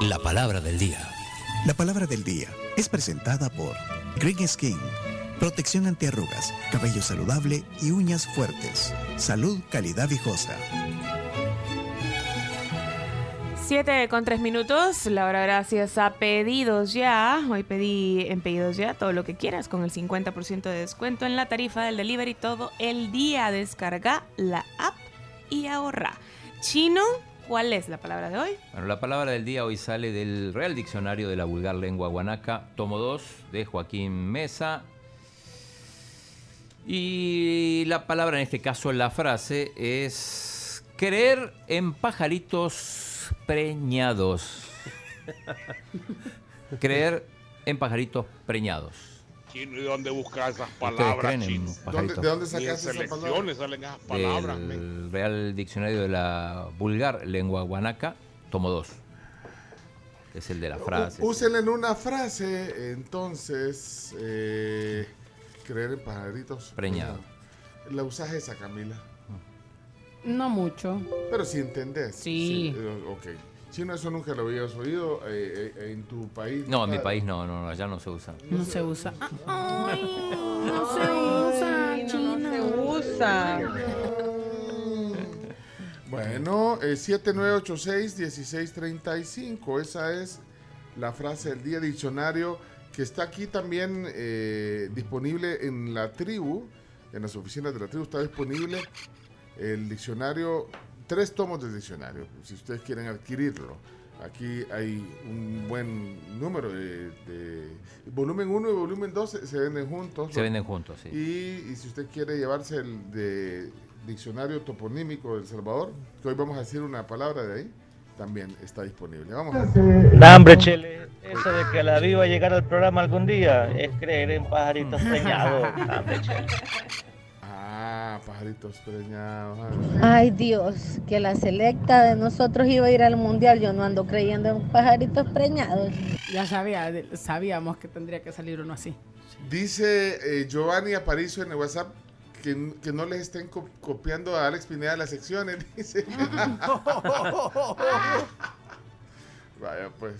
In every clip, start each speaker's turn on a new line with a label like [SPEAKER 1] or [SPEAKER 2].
[SPEAKER 1] La palabra del día.
[SPEAKER 2] La palabra del día es presentada por Green Skin. Protección ante arrugas, cabello saludable y uñas fuertes. Salud, calidad viejosa.
[SPEAKER 3] 7 con 3 minutos, la hora gracias a Pedidos Ya. Hoy pedí en Pedidos Ya todo lo que quieras con el 50% de descuento en la tarifa del delivery todo el día. Descarga la app y ahorra. Chino, ¿cuál es la palabra de hoy?
[SPEAKER 4] Bueno, la palabra del día hoy sale del Real Diccionario de la Vulgar Lengua Guanaca, tomo 2 de Joaquín Mesa. Y la palabra, en este caso la frase, es creer en pajaritos preñados. Creer en pajaritos preñados.
[SPEAKER 5] ¿Y dónde buscas esas palabras?
[SPEAKER 4] creen en
[SPEAKER 5] chino?
[SPEAKER 6] ¿Dónde-
[SPEAKER 4] pajaritos?
[SPEAKER 6] ¿De dónde
[SPEAKER 5] Ni en
[SPEAKER 6] sacas esa palabra?
[SPEAKER 5] selecciones salen esas palabras. men.
[SPEAKER 4] Del Real Diccionario de la Vulgar Lengua Guanaca, tomo 2. Es el de la frase.
[SPEAKER 6] U- Úsenla en una frase, entonces. eh, creer en pajaritos.
[SPEAKER 4] Preñado.
[SPEAKER 6] La usas esa, Camila.
[SPEAKER 7] No mucho.
[SPEAKER 6] Pero si entendés.
[SPEAKER 7] Sí.
[SPEAKER 6] eh, ok. Chino, eso nunca lo habías oído eh, eh, en tu país.
[SPEAKER 4] No, en mi
[SPEAKER 6] Ah,
[SPEAKER 4] país no, no, no, allá no se usa.
[SPEAKER 7] No se usa.
[SPEAKER 8] Ah,
[SPEAKER 7] Ay, no se usa, Chino.
[SPEAKER 6] Bueno, eh, 7986-1635. Esa es la frase del día diccionario que está aquí también eh, disponible en la tribu, en las oficinas de la tribu. Está disponible el diccionario, tres tomos del diccionario, si ustedes quieren adquirirlo. Aquí hay un buen número de... de- volumen 1 y volumen 2 se, se venden juntos.
[SPEAKER 4] Se venden juntos, sí.
[SPEAKER 6] Y, y si usted quiere llevarse el de diccionario toponímico del Salvador, que hoy vamos a decir una palabra de ahí, también está disponible. Vamos a
[SPEAKER 9] No, hombre, Chele, eso de que la vi va a llegar al programa algún día es creer en pajaritos preñados. No, hombre, Chele.
[SPEAKER 6] Ah, pajaritos preñados. ah.
[SPEAKER 10] Ay Dios, que la selecta de nosotros iba a ir al mundial. Yo no ando creyendo en pajaritos preñados.
[SPEAKER 7] Ya sabía, de- sabíamos que tendría que salir uno así.
[SPEAKER 6] Dice eh, Giovanni Aparicio en el WhatsApp que, que no les estén co- copiando a Alex Pineda las secciones, dice. Vaya, pues,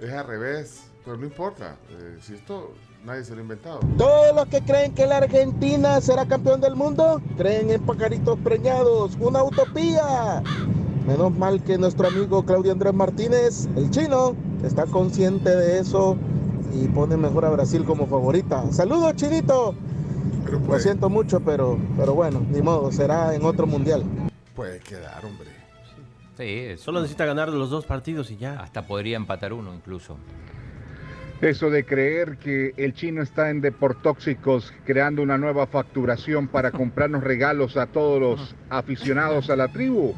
[SPEAKER 6] es al revés, pero no importa. eh, si esto nadie se lo ha inventado.
[SPEAKER 11] Todos los que creen que la Argentina será campeón del mundo creen en pajaritos preñados, una utopía. Menos mal que nuestro amigo Claudio Andrés Martínez, el chino, está consciente de eso y pone mejor a Brasil como favorita. Saludos, chinito.
[SPEAKER 6] Pero
[SPEAKER 11] Lo
[SPEAKER 6] pues,
[SPEAKER 11] siento mucho, pero, pero bueno, ni modo, será en otro mundial.
[SPEAKER 6] puede quedar, hombre.
[SPEAKER 4] Sí, es-
[SPEAKER 8] Solo necesita ganar los dos partidos y ya.
[SPEAKER 4] Hasta podría empatar uno incluso.
[SPEAKER 12] Eso de creer que el chino está en Deportóxicos creando una nueva facturación para comprarnos regalos a todos los aficionados a la tribu.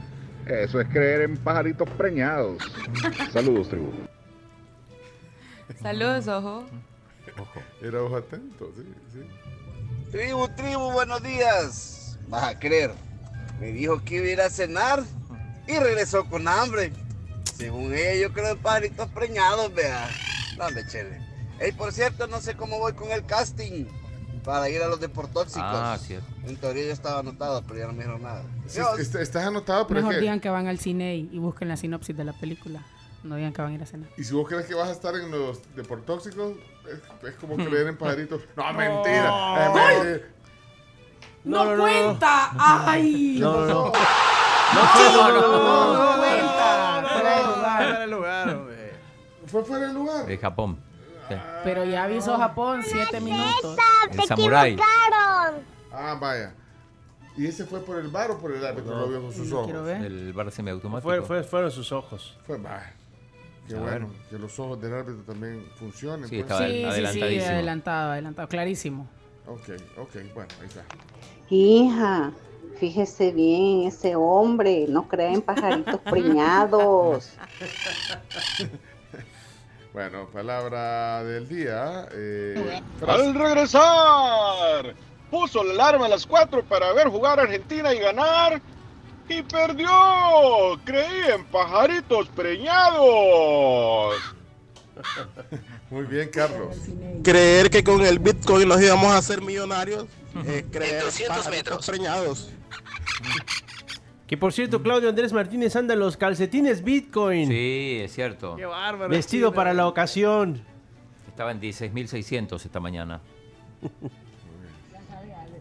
[SPEAKER 12] Eso es creer en pajaritos preñados. Saludos, tribu.
[SPEAKER 3] Saludos, ojo.
[SPEAKER 6] Era ojo atento, sí, sí.
[SPEAKER 9] Tribu, tribu, buenos días. Vas a creer. Me dijo que iba a ir a cenar y regresó con hambre. Según ella, yo creo en pajaritos preñados, vea. Dame, chele. Ey, por cierto, no sé cómo voy con el casting para ir a los deportóxicos.
[SPEAKER 4] Ah, cierto.
[SPEAKER 9] En teoría yo estaba anotado, pero ya no me dijeron nada.
[SPEAKER 6] Sí,
[SPEAKER 9] Dios.
[SPEAKER 6] est- estás anotado, pero
[SPEAKER 7] Mejor
[SPEAKER 6] es que.
[SPEAKER 7] digan que van al cine y, y busquen la sinopsis de la película. No digan que van a ir a cenar.
[SPEAKER 6] Y si vos crees que vas a estar en los deportóxicos, es, es como
[SPEAKER 7] Hmm.
[SPEAKER 6] creer en pajaritos. No, mentira. es mentira.
[SPEAKER 8] No, no, no, no.
[SPEAKER 7] cuenta! ¡Ay!
[SPEAKER 8] No, no, no.
[SPEAKER 7] no, cuenta. Fuera de lugar.
[SPEAKER 8] Fuera de lugar, hombre.
[SPEAKER 6] Fue fuera del lugar.
[SPEAKER 4] De Japón. Sí.
[SPEAKER 7] Pero ya avisó Japón siete minutos.
[SPEAKER 4] El samurái.
[SPEAKER 6] Ah, vaya. ¿Y ese fue por el bar o por el árbitro? Lo vio con sus
[SPEAKER 7] Lo quiero
[SPEAKER 6] ojos.
[SPEAKER 7] ver.
[SPEAKER 4] El bar semiautomático.
[SPEAKER 8] Fue, fue- fueron sus ojos.
[SPEAKER 6] Fue vaya. Qué
[SPEAKER 4] A
[SPEAKER 6] bueno.
[SPEAKER 4] ver.
[SPEAKER 6] Que los ojos del árbitro también funcionen.
[SPEAKER 4] Sí,
[SPEAKER 6] pues.
[SPEAKER 4] estaba-
[SPEAKER 7] Sí, sí, sí,
[SPEAKER 4] adelantadísimo.
[SPEAKER 7] adelantado, adelantado, clarísimo.
[SPEAKER 6] Ok, ok. Bueno, ahí está.
[SPEAKER 10] Hija, fíjese bien, ese hombre, no creen pajaritos preñados.
[SPEAKER 6] Bueno, palabra del día. Eh, frase.
[SPEAKER 5] Al regresar, puso la alarma a las 4 para ver jugar a Argentina y ganar. Y perdió. Creí en pajaritos preñados.
[SPEAKER 6] Muy bien, Carlos.
[SPEAKER 11] Creer que con el Bitcoin nos íbamos a hacer millonarios, creer pajaritos preñados.
[SPEAKER 8] Que por cierto, Claudio Andrés Martínez anda en los calcetines Bitcoin.
[SPEAKER 4] Sí, es cierto.
[SPEAKER 8] Qué bárbaro. Vestido para la ocasión.
[SPEAKER 4] Estaba en 16.600 esta mañana.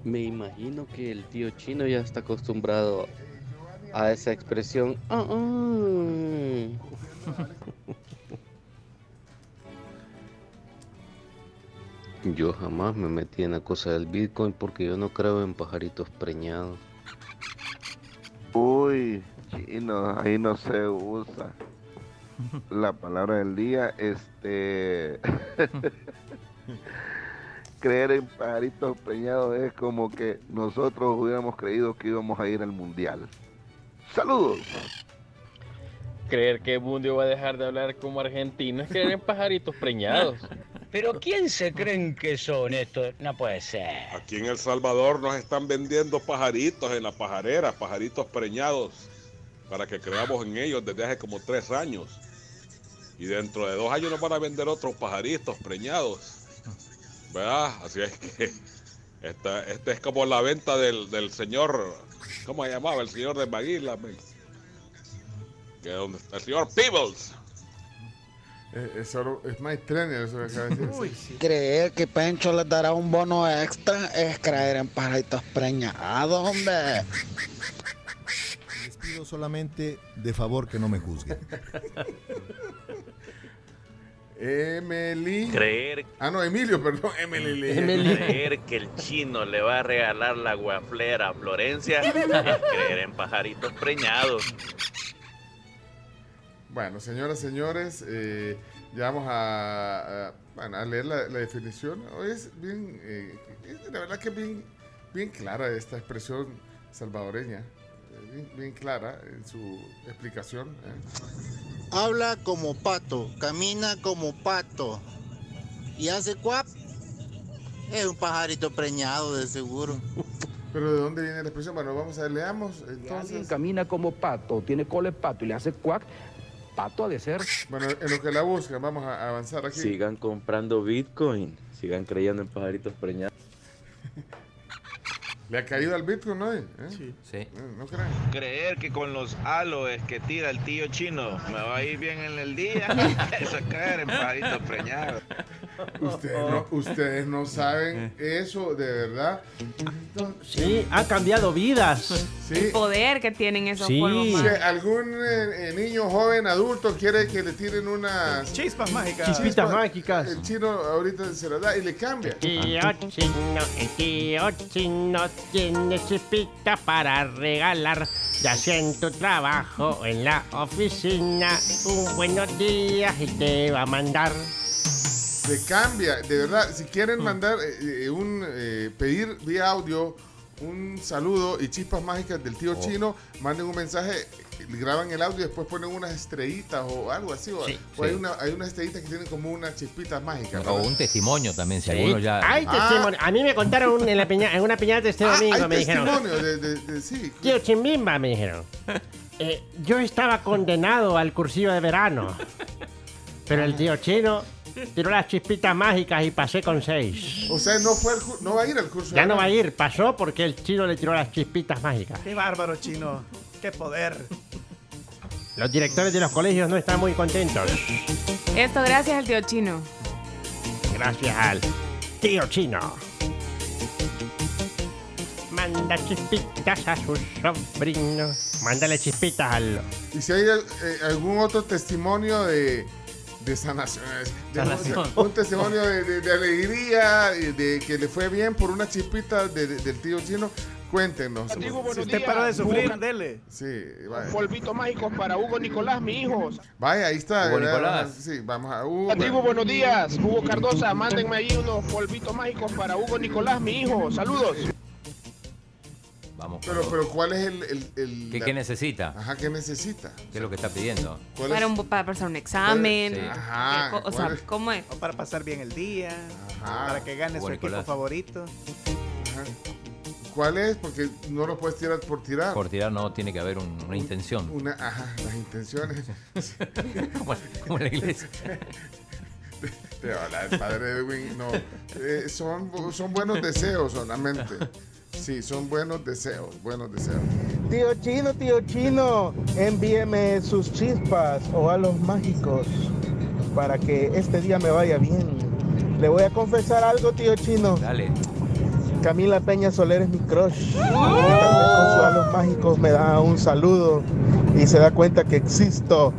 [SPEAKER 1] Me imagino que el tío chino ya está acostumbrado a esa expresión. "Ah, ah". Yo jamás me metí en la cosa del Bitcoin porque yo no creo en pajaritos preñados.
[SPEAKER 13] Uy, chino, ahí no se usa. La palabra del día, este. Creer en pajaritos preñados es como que nosotros hubiéramos creído que íbamos a ir al mundial. ¡Saludos!
[SPEAKER 14] Creer que Bundio va a dejar de hablar como argentino es creer en pajaritos preñados.
[SPEAKER 15] Pero ¿quién se creen que son estos? No puede ser.
[SPEAKER 16] Aquí en El Salvador nos están vendiendo pajaritos en la pajarera, pajaritos preñados, para que creamos en ellos desde hace como tres años. Y dentro de dos años nos van a vender otros pajaritos preñados. ¿Verdad? Así es que esta, esta es como la venta del, del señor, ¿cómo se llamaba? El señor de Maguila. men. Que donde está el señor Peebles.
[SPEAKER 6] Eh, es, oro- es más extraño eso que acaba de decir.
[SPEAKER 17] Creer que Pencho les dará un bono extra es creer en pajaritos preñados, hombre.
[SPEAKER 18] Les pido solamente de favor que no me juzguen.
[SPEAKER 6] Emily.
[SPEAKER 19] Creer.
[SPEAKER 6] Ah, no, Emilio, perdón. Emily. le-
[SPEAKER 19] Creer que el chino le va a regalar la guaflera a Florencia es creer en pajaritos preñados.
[SPEAKER 6] Bueno, señoras, señores, eh, ya vamos a, a- bueno, a leer la, la definición. Hoy Es bien, eh, es- la verdad que es bien, bien clara esta expresión salvadoreña, eh, bien, bien clara en su explicación. ¿eh?
[SPEAKER 17] Habla como pato, camina como pato y hace cuap. Es un pajarito preñado de seguro.
[SPEAKER 6] Pero ¿de dónde viene la expresión? Bueno, vamos a ver, leamos entonces.
[SPEAKER 20] camina como pato, tiene cola de pato y le hace cuac, pato ha de ser.
[SPEAKER 6] Bueno, en lo que la buscan, vamos a avanzar aquí.
[SPEAKER 21] Sigan comprando Bitcoin, sigan creyendo en pajaritos preñados.
[SPEAKER 6] Le ha caído al Bitcoin hoy. ¿eh?
[SPEAKER 4] Sí.
[SPEAKER 6] No, no crean.
[SPEAKER 19] Creer que con los aloes que tira el tío chino me va a ir bien en el día. Eso es creer en pajaritos preñados.
[SPEAKER 6] Ustedes no, ustedes no saben eso, de verdad.
[SPEAKER 8] Sí, ha cambiado vidas.
[SPEAKER 3] El poder que tienen esos
[SPEAKER 8] Sí.
[SPEAKER 3] polvos
[SPEAKER 6] Si
[SPEAKER 3] mágicos.
[SPEAKER 6] algún eh, eh, niño, joven, adulto quiere que le tiren unas
[SPEAKER 8] Chispas mágicas. Chispitas mágicas.
[SPEAKER 6] El chino ahorita se la da y le cambia.
[SPEAKER 22] Tío chino, el tío chino tiene chispita para regalar. Ya sea en tu trabajo o en la oficina, un buenos días y te va a mandar.
[SPEAKER 6] Le cambia, de verdad. Si quieren mandar eh, eh, un eh, pedir vía audio un saludo y chispas mágicas del
[SPEAKER 22] Oh.
[SPEAKER 6] tío chino, manden un mensaje, graban el audio y después ponen unas estrellitas o algo así. O, o Hay,
[SPEAKER 4] sí.
[SPEAKER 6] una, hay unas estrellitas que tienen como unas chispitas mágicas.
[SPEAKER 4] O
[SPEAKER 6] ¿verdad?
[SPEAKER 4] un testimonio también, si
[SPEAKER 6] Sí.
[SPEAKER 4] alguno ya.
[SPEAKER 6] Ay,
[SPEAKER 22] Hay testimonio. A mí me contaron en, la piña- en una piñata este
[SPEAKER 6] Ah,
[SPEAKER 22] domingo,
[SPEAKER 6] hay
[SPEAKER 22] me dijeron.
[SPEAKER 6] testimonio de- de- de- sí.
[SPEAKER 22] Tío Chimbimba, me dijeron. Eh, yo estaba condenado al cursillo de verano. Pero el tío chino tiró las chispitas mágicas y pasé con seis.
[SPEAKER 6] O sea, no, fue al cu- no va a ir al curso.
[SPEAKER 22] Ya no va a ir, pasó porque el chino le tiró las chispitas mágicas.
[SPEAKER 23] Qué bárbaro, chino. Qué poder.
[SPEAKER 22] Los directores de los colegios no están muy contentos.
[SPEAKER 3] Esto gracias al tío chino.
[SPEAKER 22] Gracias al tío chino. Manda chispitas a sus sobrinos. Mándale chispitas al
[SPEAKER 6] Y si hay eh, algún otro testimonio de, de sanación, eh, de-
[SPEAKER 22] Sanación.
[SPEAKER 6] un testimonio de, de- de alegría, eh, de que le fue bien por una chispita de- de- del tío chino, cuéntenos.
[SPEAKER 23] Si usted paró de sufrir, dele.
[SPEAKER 6] Sí, vaya.
[SPEAKER 23] Polvito mágico para Hugo Nicolás, mi hijo.
[SPEAKER 6] Vaya, ahí está.
[SPEAKER 23] Hugo
[SPEAKER 6] ¿verdad?
[SPEAKER 23] Nicolás.
[SPEAKER 6] Sí, vamos a Hugo.
[SPEAKER 23] Tribu, buenos días. Hugo Cardosa, mándenme ahí unos polvitos mágicos para Hugo Nicolás, mi hijo. Saludos.
[SPEAKER 4] Vamos.
[SPEAKER 6] Pero, pero ¿cuál es el... el, el-
[SPEAKER 4] ¿Qué,
[SPEAKER 6] la-
[SPEAKER 4] qué necesita?
[SPEAKER 6] Ajá, ¿qué necesita?
[SPEAKER 4] ¿Qué es lo que está pidiendo?
[SPEAKER 6] ¿Cuál es?
[SPEAKER 3] Para, un, para pasar un examen.
[SPEAKER 4] Sí.
[SPEAKER 6] Ajá,
[SPEAKER 3] Eh, co- o
[SPEAKER 6] ¿cuál
[SPEAKER 3] sea,
[SPEAKER 6] es?
[SPEAKER 3] ¿cómo es?
[SPEAKER 23] O para pasar bien el día. Para que gane
[SPEAKER 6] Hugo
[SPEAKER 23] su equipo
[SPEAKER 6] Nicolás.
[SPEAKER 23] favorito.
[SPEAKER 6] Ajá. ¿Cuál es? Porque no lo puedes tirar por tirar.
[SPEAKER 4] Por tirar no tiene que haber un- una intención.
[SPEAKER 6] Una, ajá, las intenciones.
[SPEAKER 4] Como, como la iglesia.
[SPEAKER 6] Te habla el padre Edwin. No, Eh, son, son buenos deseos solamente. Sí, son buenos deseos, buenos deseos.
[SPEAKER 11] Tío chino, tío chino, envíeme sus chispas o halos mágicos para que este día me vaya bien. Le voy a confesar algo, tío chino.
[SPEAKER 4] Dale.
[SPEAKER 11] Camila Peña Soler es mi crush. Y también con sus halos mágicos me da un saludo y se da cuenta que existo.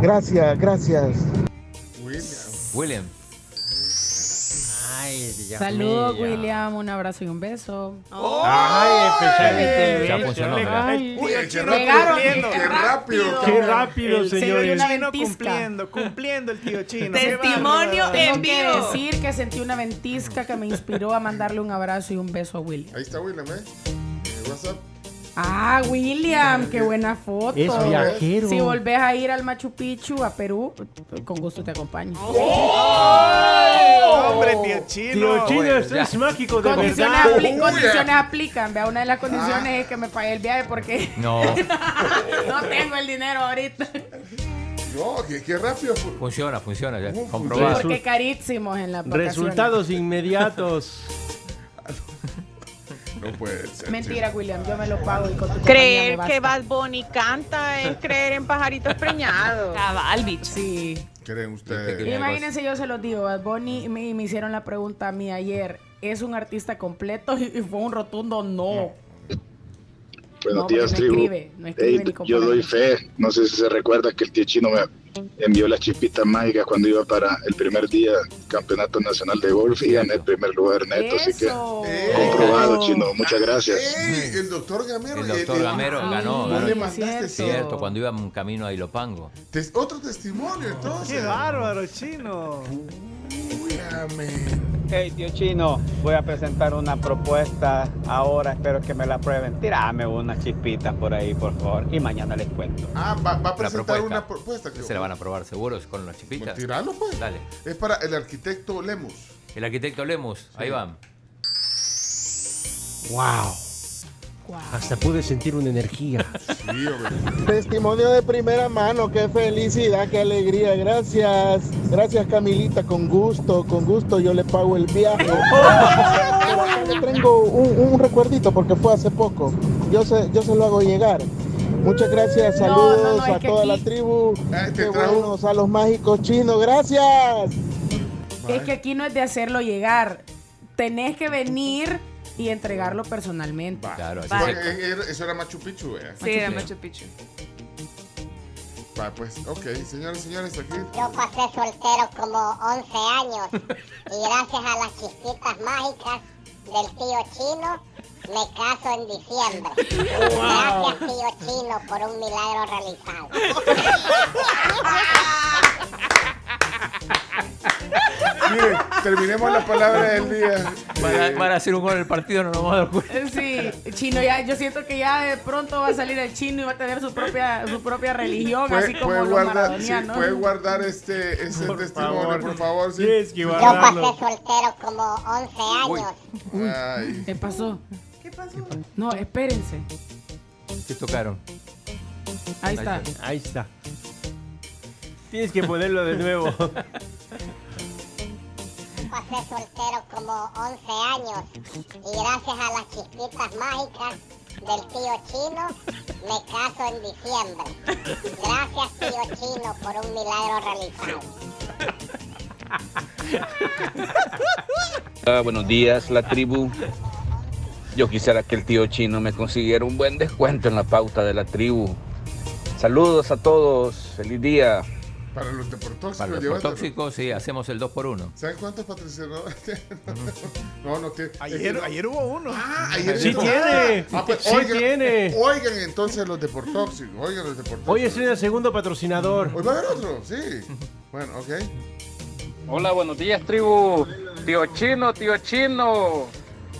[SPEAKER 11] Gracias, gracias.
[SPEAKER 4] William.
[SPEAKER 8] Ay, Dios
[SPEAKER 7] Saludos,
[SPEAKER 8] mío.
[SPEAKER 7] William. Un abrazo y un beso.
[SPEAKER 6] Oh.
[SPEAKER 3] Oh.
[SPEAKER 6] Ah,
[SPEAKER 8] Ay, especialmente.
[SPEAKER 4] Ya funcionó, ¿verdad?
[SPEAKER 8] Uy, el
[SPEAKER 7] chino Llegaron, cumpliendo.
[SPEAKER 8] Qué rápido.
[SPEAKER 7] Qué
[SPEAKER 8] Qué rápido,
[SPEAKER 7] rápido,
[SPEAKER 8] señores.
[SPEAKER 7] señores.
[SPEAKER 2] Chino
[SPEAKER 7] Ventisca.
[SPEAKER 2] cumpliendo, cumpliendo el tío chino. Qué
[SPEAKER 7] Testimonio
[SPEAKER 2] bárbaro.
[SPEAKER 7] en vivo. decir que sentí una ventisca que me inspiró a mandarle un abrazo y un beso a William.
[SPEAKER 6] Ahí está William, ¿eh? Eh, WhatsApp.
[SPEAKER 7] Ah, William, qué buena foto.
[SPEAKER 6] Es viajero.
[SPEAKER 7] Si
[SPEAKER 8] este
[SPEAKER 7] volvés a ir al Machu Picchu, a Perú, con gusto te acompaño.
[SPEAKER 8] Oh,
[SPEAKER 2] Hombre, tío chino.
[SPEAKER 8] Tío Chino, esto
[SPEAKER 2] ya.
[SPEAKER 8] es mágico de
[SPEAKER 7] Condiciones,
[SPEAKER 8] verdad. Ah.
[SPEAKER 7] apli- condiciones aplican. Vea, una de las condiciones es que me pague el viaje porque
[SPEAKER 4] No.
[SPEAKER 7] no tengo el dinero ahorita.
[SPEAKER 6] No, qué, qué rápido. fu-
[SPEAKER 4] Funciona, funciona, ya. Comprobado.
[SPEAKER 7] Porque carísimos en la
[SPEAKER 8] Resultados inmediatos.
[SPEAKER 6] No puede ser.
[SPEAKER 7] Mentira, William, yo me lo pago y con tu
[SPEAKER 9] Creer
[SPEAKER 7] compañía me
[SPEAKER 9] que
[SPEAKER 7] basta.
[SPEAKER 9] Bad Bunny canta es creer en pajaritos preñados.
[SPEAKER 3] Cabal, bicho.
[SPEAKER 7] Sí.
[SPEAKER 6] ¿Creen ustedes?
[SPEAKER 7] Imagínense, yo se los digo, Bad Bunny me, me hicieron la pregunta a mí ayer. ¿Es un artista completo? Y, y fue un rotundo no.
[SPEAKER 12] Buenos
[SPEAKER 7] No,
[SPEAKER 12] días,
[SPEAKER 7] no
[SPEAKER 12] tribu.
[SPEAKER 7] escribe, no escribe
[SPEAKER 12] Ey,
[SPEAKER 7] ni compara.
[SPEAKER 12] yo doy fe. No sé si se recuerda que el tío chino me envió las chispitas mágicas cuando iba para el primer día campeonato nacional de golf y gané el primer lugar neto. Así que
[SPEAKER 6] Eh,
[SPEAKER 12] comprobado, chino. Muchas gracias.
[SPEAKER 6] Ey, eh, el doctor Gamero.
[SPEAKER 4] El doctor
[SPEAKER 6] eh,
[SPEAKER 4] Gamero
[SPEAKER 6] ah,
[SPEAKER 4] ganó.
[SPEAKER 6] ¿no
[SPEAKER 4] ganó.
[SPEAKER 6] le mandaste
[SPEAKER 4] Cierto, cuando iba un camino a Ilopango.
[SPEAKER 6] Tes- otro testimonio, entonces.
[SPEAKER 2] Qué bárbaro, chino.
[SPEAKER 24] Hey, tío chino, voy a presentar una propuesta ahora, espero que me la aprueben. Tírame unas chispitas por ahí, por favor, y mañana les cuento.
[SPEAKER 6] Ah, va, va a
[SPEAKER 4] La
[SPEAKER 6] presentar
[SPEAKER 4] propuesta.
[SPEAKER 6] una propuesta. que-
[SPEAKER 4] Se la van a probar seguros con las chipitas.
[SPEAKER 6] Tiralo, pues.
[SPEAKER 4] Dale.
[SPEAKER 6] Es para el arquitecto Lemus.
[SPEAKER 4] El arquitecto Lemus, ahí van.
[SPEAKER 8] Wow. Hasta pude sentir una energía.
[SPEAKER 11] Testimonio de primera mano, qué felicidad, qué alegría, gracias. Gracias Camilita, con gusto, con gusto yo le pago el viaje. Pero acá le tengo un, un recuerdito porque fue hace poco. Yo se, yo se lo hago llegar. Muchas gracias,
[SPEAKER 7] No, no,
[SPEAKER 11] saludos
[SPEAKER 7] no, es
[SPEAKER 11] a
[SPEAKER 7] que
[SPEAKER 11] toda
[SPEAKER 7] aquí-
[SPEAKER 11] la tribu.
[SPEAKER 8] Ah,
[SPEAKER 6] Qué
[SPEAKER 7] trajo-
[SPEAKER 11] buenos, a los mágicos chinos, gracias.
[SPEAKER 7] Es que aquí no es de hacerlo llegar. Tenés que venir y entregarlo personalmente.
[SPEAKER 4] Claro,
[SPEAKER 6] Bueno, eh, era- eso era Machu Picchu, ¿verdad?
[SPEAKER 3] Sí, era Machu Picchu.
[SPEAKER 6] Va, pues, ok, señores, señores, aquí.
[SPEAKER 25] Yo pasé soltero como 11 años y gracias a las chispitas mágicas del tío chino me caso en diciembre. Gracias tío chino por un milagro realizado.
[SPEAKER 6] Miren, terminemos la palabra del día. Eh,
[SPEAKER 4] Van a, van a hacer un gol en el partido, no nos vamos a dar cuenta.
[SPEAKER 7] Sí, chino ya, yo siento que ya de pronto va a salir el chino y va a tener su propia, su propia religión,
[SPEAKER 6] Puede-
[SPEAKER 7] así como
[SPEAKER 6] puede
[SPEAKER 7] los
[SPEAKER 6] guardar, sí,
[SPEAKER 7] maradonianos.
[SPEAKER 6] puede guardar este, este testimonio, por favor. Sí.
[SPEAKER 25] Yo pasé soltero como 11 años.
[SPEAKER 6] Ay.
[SPEAKER 7] ¿Qué pasó? ¿Qué pasó? No, espérense.
[SPEAKER 4] ¿Qué tocaron?
[SPEAKER 7] Ahí está.
[SPEAKER 8] Ahí está. Tienes que ponerlo de nuevo.
[SPEAKER 25] Pasé soltero como 11 años y gracias a las chispitas mágicas del tío chino me caso en diciembre. Gracias tío chino por un milagro realizado.
[SPEAKER 26] Ah, buenos días, la tribu. Yo quisiera que el tío chino me consiguiera un buen descuento en la pauta de la tribu. Saludos a todos, feliz día.
[SPEAKER 6] Para los deportóxicos,
[SPEAKER 4] Para los
[SPEAKER 6] llévatelo.
[SPEAKER 4] tóxicos, sí, hacemos el 2x1.
[SPEAKER 6] ¿Saben cuántos patrocinadores tienen? No, no tiene.
[SPEAKER 2] Ayer- ayer
[SPEAKER 6] hubo uno. Ah, ayer
[SPEAKER 8] Sí
[SPEAKER 6] hubo-
[SPEAKER 8] tiene.
[SPEAKER 6] Ah, pues,
[SPEAKER 8] Sí
[SPEAKER 6] oigan,
[SPEAKER 8] tiene.
[SPEAKER 6] Oigan entonces los deportóxicos. Oigan los deportóxicos.
[SPEAKER 8] Hoy es el segundo patrocinador.
[SPEAKER 6] Hoy va a haber otro, sí. Bueno, ok.
[SPEAKER 27] Hola, buenos días, tribu. Tío Chino, tío Chino.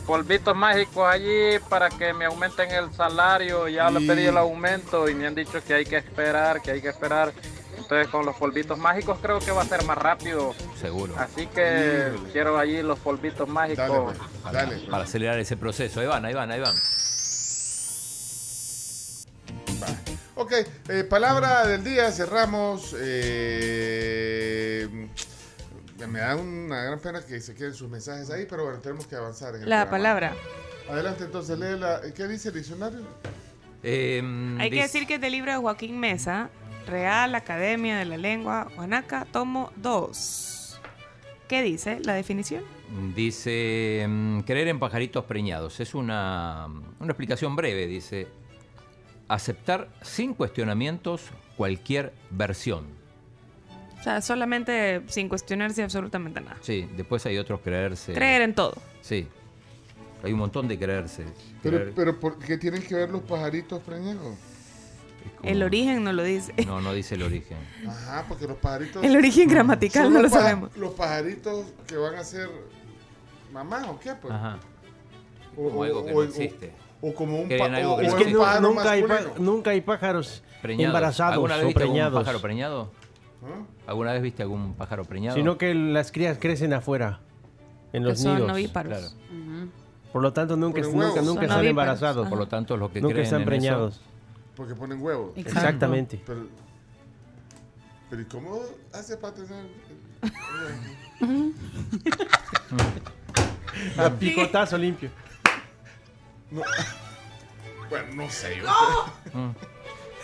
[SPEAKER 27] Polvitos mágicos allí para que me aumenten el salario. Ya le pedí el aumento y me han dicho que hay que esperar, que hay que esperar. Entonces, con los polvitos mágicos creo que va a ser más rápido.
[SPEAKER 4] Seguro.
[SPEAKER 7] Ah.
[SPEAKER 27] Así que quiero allí los polvitos
[SPEAKER 6] pues,
[SPEAKER 27] mágicos.
[SPEAKER 4] Para, para acelerar ese proceso. Ahí van, ahí van, ahí van.
[SPEAKER 6] Ok, eh, palabra del día, cerramos. eh, me da una gran pena que se queden sus mensajes ahí, pero bueno, tenemos que avanzar. En el
[SPEAKER 3] La
[SPEAKER 6] programa.
[SPEAKER 3] palabra.
[SPEAKER 6] Adelante, entonces, lee la. ¿Qué dice el diccionario?
[SPEAKER 4] Em,
[SPEAKER 3] Hay que
[SPEAKER 4] dice-
[SPEAKER 3] decir que es del libro de Joaquín Mesa, Real Academia de la Lengua Guanaca, tomo 2. ¿Qué dice la definición?
[SPEAKER 4] Dice, mm, creer en pajaritos preñados. Es una, una explicación breve, dice. Aceptar sin cuestionamientos cualquier versión.
[SPEAKER 3] O sea, solamente sin cuestionarse absolutamente nada.
[SPEAKER 4] Sí, después hay otros creerse.
[SPEAKER 3] Creer en todo.
[SPEAKER 4] Sí. Hay un montón de creerse.
[SPEAKER 6] Pero,
[SPEAKER 4] Creer-
[SPEAKER 6] pero ¿por qué tienen que ver los pajaritos preñados?
[SPEAKER 3] El origen no lo dice.
[SPEAKER 4] No, no dice el origen.
[SPEAKER 6] Ajá, porque los pajaritos.
[SPEAKER 3] El origen gramatical
[SPEAKER 6] Son
[SPEAKER 3] no
[SPEAKER 6] los
[SPEAKER 3] lo
[SPEAKER 6] paja-
[SPEAKER 3] sabemos.
[SPEAKER 6] Los pajaritos que van a ser mamás o qué, pues.
[SPEAKER 4] Ajá.
[SPEAKER 6] O,
[SPEAKER 4] Como algo que no existe.
[SPEAKER 6] o como un
[SPEAKER 4] Creen
[SPEAKER 6] pa-
[SPEAKER 4] algo
[SPEAKER 6] o-
[SPEAKER 4] que
[SPEAKER 6] o
[SPEAKER 4] no
[SPEAKER 6] un
[SPEAKER 4] existe.
[SPEAKER 8] No,
[SPEAKER 6] pájaro
[SPEAKER 8] nunca, hay, pa-
[SPEAKER 6] masculino.
[SPEAKER 8] nunca hay pájaros
[SPEAKER 4] Preñados.
[SPEAKER 8] embarazados
[SPEAKER 4] ¿Alguna vez
[SPEAKER 8] o
[SPEAKER 4] viste algún
[SPEAKER 8] preñados.
[SPEAKER 4] pájaro preñado? ¿Alguna vez viste algún pájaro preñado?
[SPEAKER 8] Sino que las crías crecen afuera, en los
[SPEAKER 4] Que son
[SPEAKER 8] nidos.
[SPEAKER 4] ovíparos. Claro.
[SPEAKER 8] Por lo tanto, nunca,
[SPEAKER 6] Ponen
[SPEAKER 8] nunca,
[SPEAKER 6] huevos.
[SPEAKER 8] nunca
[SPEAKER 6] Son
[SPEAKER 8] están
[SPEAKER 6] ovíparos.
[SPEAKER 8] embarazados.
[SPEAKER 6] Ajá. Por lo
[SPEAKER 4] tanto, los que
[SPEAKER 8] Nunca
[SPEAKER 4] creen
[SPEAKER 8] están
[SPEAKER 4] en
[SPEAKER 8] preñados.
[SPEAKER 6] Porque ponen huevos.
[SPEAKER 8] Exacto. Exactamente.
[SPEAKER 6] Pero, pero ¿y cómo hace para tener.? eh,
[SPEAKER 8] A picotazo limpio.
[SPEAKER 6] No. Bueno, no sé. yo.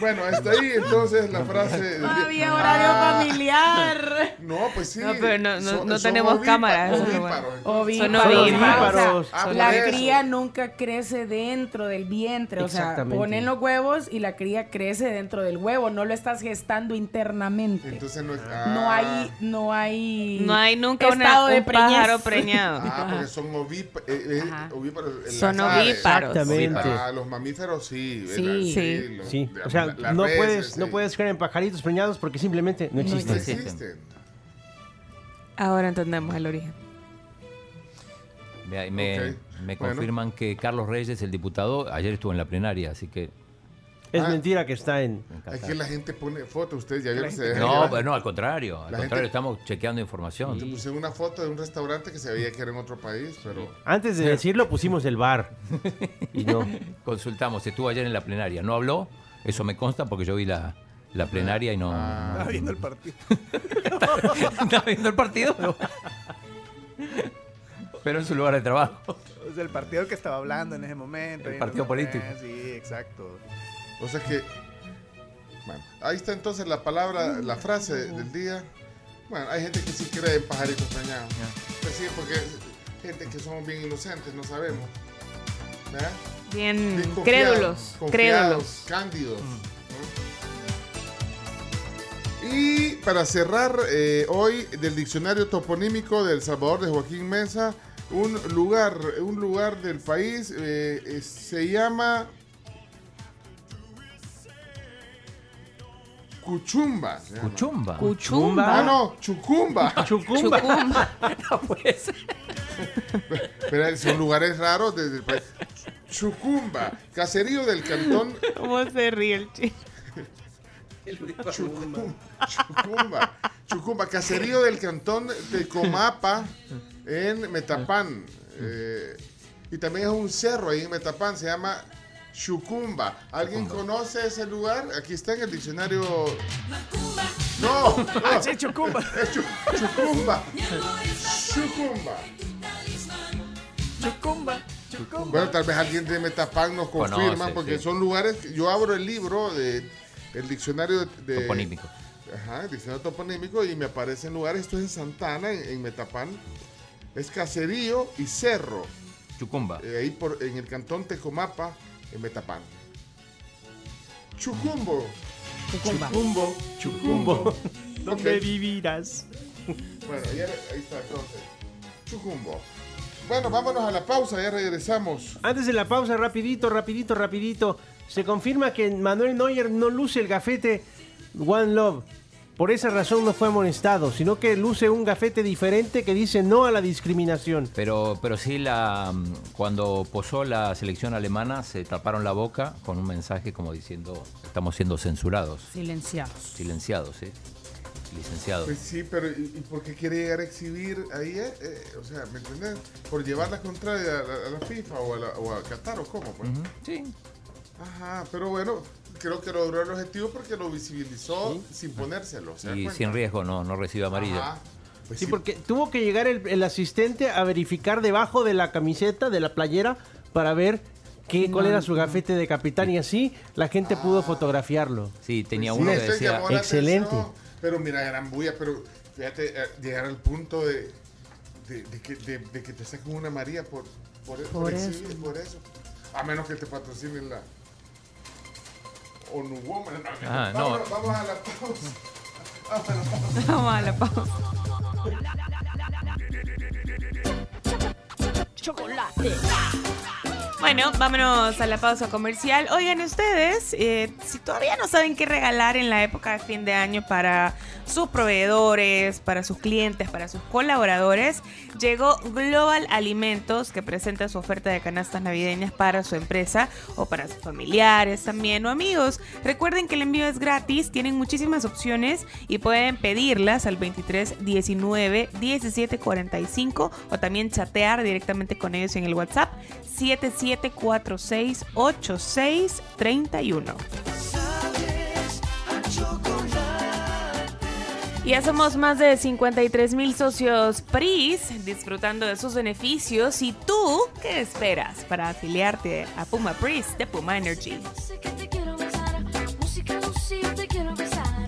[SPEAKER 6] Bueno, hasta ahí entonces la frase. del día.
[SPEAKER 7] Todavía horario
[SPEAKER 6] Ah.
[SPEAKER 7] familiar.
[SPEAKER 6] No, pues sí.
[SPEAKER 3] No, pero no, no-
[SPEAKER 6] son-
[SPEAKER 3] no
[SPEAKER 6] son
[SPEAKER 3] tenemos
[SPEAKER 6] ovípa-
[SPEAKER 3] cámaras. eso es lo bueno.
[SPEAKER 6] ovíparos, entonces.
[SPEAKER 7] Ovíparos.
[SPEAKER 3] Son ovíparos.
[SPEAKER 7] O sea,
[SPEAKER 3] Ah, por
[SPEAKER 7] la
[SPEAKER 3] eso.
[SPEAKER 7] cría nunca crece dentro del vientre. O sea,
[SPEAKER 6] Exactamente.
[SPEAKER 7] ponen los huevos y la cría crece dentro del huevo. No lo estás gestando internamente.
[SPEAKER 6] Entonces no es.
[SPEAKER 7] no
[SPEAKER 6] ah.
[SPEAKER 7] hay, no hay.
[SPEAKER 3] No hay nunca una-
[SPEAKER 7] estado de
[SPEAKER 3] un pájaro
[SPEAKER 7] preñez.
[SPEAKER 3] preñado.
[SPEAKER 6] Ah, porque son ovípa- eh, eh, ovíparos. en las
[SPEAKER 3] Son
[SPEAKER 6] aves.
[SPEAKER 3] ovíparos.
[SPEAKER 8] Exactamente.
[SPEAKER 6] Ah, los mamíferos sí.
[SPEAKER 8] Sí.
[SPEAKER 6] ¿verdad?
[SPEAKER 8] Sí.
[SPEAKER 6] los-
[SPEAKER 8] O sea,
[SPEAKER 6] la- las
[SPEAKER 8] no,
[SPEAKER 6] reses,
[SPEAKER 8] puedes, no
[SPEAKER 6] sí.
[SPEAKER 8] puedes creer en pajaritos preñados porque simplemente no existen.
[SPEAKER 6] existen.
[SPEAKER 3] Ahora entendemos el origen.
[SPEAKER 4] Me, me-
[SPEAKER 6] Ok,
[SPEAKER 4] me
[SPEAKER 6] bueno.
[SPEAKER 4] confirman que Carlos Reyes, el diputado, ayer estuvo en la plenaria, así que...
[SPEAKER 8] Es
[SPEAKER 6] Ah.
[SPEAKER 8] mentira que está en...
[SPEAKER 6] Es que la gente pone fotos, ustedes ya vieron que se dejan
[SPEAKER 4] No,
[SPEAKER 6] llevar.
[SPEAKER 4] pues no, al contrario. Al
[SPEAKER 6] La
[SPEAKER 4] contrario,
[SPEAKER 6] gente-
[SPEAKER 4] estamos chequeando información.
[SPEAKER 6] Te puse una foto de un restaurante que se veía que era en otro país, pero.
[SPEAKER 8] Antes de decirlo, pusimos el bar. Y no.
[SPEAKER 4] Consultamos, estuvo ayer en la plenaria. No habló, eso me consta porque yo vi la, la plenaria y no...
[SPEAKER 6] Ah.
[SPEAKER 2] Estaba viendo el partido.
[SPEAKER 4] Estaba viendo el partido. no. Pero en su lugar de trabajo.
[SPEAKER 2] O sea, el partido que estaba hablando en ese momento.
[SPEAKER 4] El
[SPEAKER 2] viendo
[SPEAKER 4] partido
[SPEAKER 2] cómo-
[SPEAKER 4] político.
[SPEAKER 2] Ah, Sí, exacto.
[SPEAKER 6] O sea que. Bueno, ahí está entonces la palabra, la frase del día. Bueno, hay gente que sí cree en pajaritos preñados. Pues sí, porque gente que somos bien inocentes, no sabemos. ¿Verdad?
[SPEAKER 3] Bien,
[SPEAKER 6] confiados,
[SPEAKER 3] crédulos.
[SPEAKER 6] confiados, Cándidos. ¿no? Y para cerrar eh, hoy del diccionario toponímico del Salvador de Joaquín Mesa, un lugar, un lugar del país eh, eh, se llama Cuchumba. se llama.
[SPEAKER 4] Cuchumba.
[SPEAKER 6] Ah, no, Chucumba.
[SPEAKER 8] Chucumba.
[SPEAKER 3] Chucumba.
[SPEAKER 4] no puede ser.
[SPEAKER 6] Pero son lugares raros desde el país. Chucumba, caserío del cantón
[SPEAKER 3] ¿Cómo se ríe el chico?
[SPEAKER 6] Chucumba. Chucumba. Chucumba, caserío del cantón de Comapa en Metapán. Eh, y también es un cerro ahí en Metapán, se llama Chucumba. ¿Alguien conoce ese lugar? Aquí está en el diccionario. No, no. es Chucumba. Chucumba. Chucumba.
[SPEAKER 2] Chucumba. Chucumba.
[SPEAKER 6] Bueno, tal vez alguien de Metapán nos confirma,
[SPEAKER 4] Conoce,
[SPEAKER 6] porque
[SPEAKER 4] sí.
[SPEAKER 6] son lugares. que- Yo abro el libro de el diccionario de, de-
[SPEAKER 4] Toponímico.
[SPEAKER 6] Ajá, el diccionario toponímico y me aparecen lugares. Esto es en Santana, en, en Metapán. Es caserío y cerro.
[SPEAKER 4] Chucumba.
[SPEAKER 6] eh, ahí por, en el cantón Tecomapa, en Metapán. Chucumbo.
[SPEAKER 7] Chucumba.
[SPEAKER 6] Chucumbo. Chucumbo.
[SPEAKER 8] ¿Dónde
[SPEAKER 6] Ok.
[SPEAKER 8] vivirás?
[SPEAKER 6] Bueno, ya re- ahí está entonces. Chucumbo. Bueno, vámonos a la pausa, ya regresamos.
[SPEAKER 8] Antes de la pausa, rapidito, rapidito, rapidito. Se confirma que Manuel Neuer no luce el gafete One Love. Por esa razón no fue amonestado, sino que luce un gafete diferente que dice no a la discriminación.
[SPEAKER 4] Pero, pero sí, la, cuando posó la selección alemana, se taparon la boca con un mensaje como diciendo: estamos siendo censurados,
[SPEAKER 7] Silenciados.
[SPEAKER 4] silenciados, ¿sí? licenciados.
[SPEAKER 6] Pues sí, pero ¿y y por qué quiere llegar a exhibir ahí? eh? Eh, o sea, ¿me entendés? ¿Por llevar la contraria a la, a la FIFA o a, la- o a Qatar o cómo? Pues?
[SPEAKER 4] Sí.
[SPEAKER 6] Ajá, pero bueno, creo que logró el objetivo porque lo visibilizó sin ponérselo. ¿se dan
[SPEAKER 4] Y
[SPEAKER 6] cuenta?
[SPEAKER 4] sin riesgo, no, no recibe amarilla.
[SPEAKER 6] Ajá. Pues
[SPEAKER 8] sí, porque tuvo que llegar el, el asistente a verificar debajo de la camiseta, de la playera, para ver qué, cuál era su gafete de capitán y así la gente pudo fotografiarlo.
[SPEAKER 4] Sí, tenía
[SPEAKER 6] Pues Sí,
[SPEAKER 4] uno que
[SPEAKER 6] ese
[SPEAKER 4] decía.
[SPEAKER 6] llamó la
[SPEAKER 8] Excelente.
[SPEAKER 6] atención, pero mira, gran bulla, pero fíjate, eh, llegar al punto de, de, de que, de- de que te saquen una María por, por, por
[SPEAKER 3] Por eso.
[SPEAKER 6] exhibir, por eso. A menos que te patrocinen la ONU Woman.
[SPEAKER 4] Ah, no.
[SPEAKER 6] Vámonos, Vamos a la pausa. Vamos a la pausa.
[SPEAKER 3] Vamos a la pausa.
[SPEAKER 1] Chocolate.
[SPEAKER 3] Bueno, vámonos a la pausa comercial. Oigan ustedes, eh, si todavía no saben qué regalar en la época de fin de año para sus proveedores, para sus clientes, para sus colaboradores, llegó Global Alimentos que presenta su oferta de canastas navideñas para su empresa o para sus familiares también o amigos. Recuerden que el envío es gratis, tienen muchísimas opciones y pueden pedirlas al 23 19 17 45 o también chatear directamente con ellos en el WhatsApp 77468631. Y ya somos más de 53 mil socios PRIS disfrutando de sus beneficios. ¿Y tú qué esperas para afiliarte a Puma PRIS de Puma Energy?
[SPEAKER 1] Sé que te quiero besar, música Lucía, te quiero besar.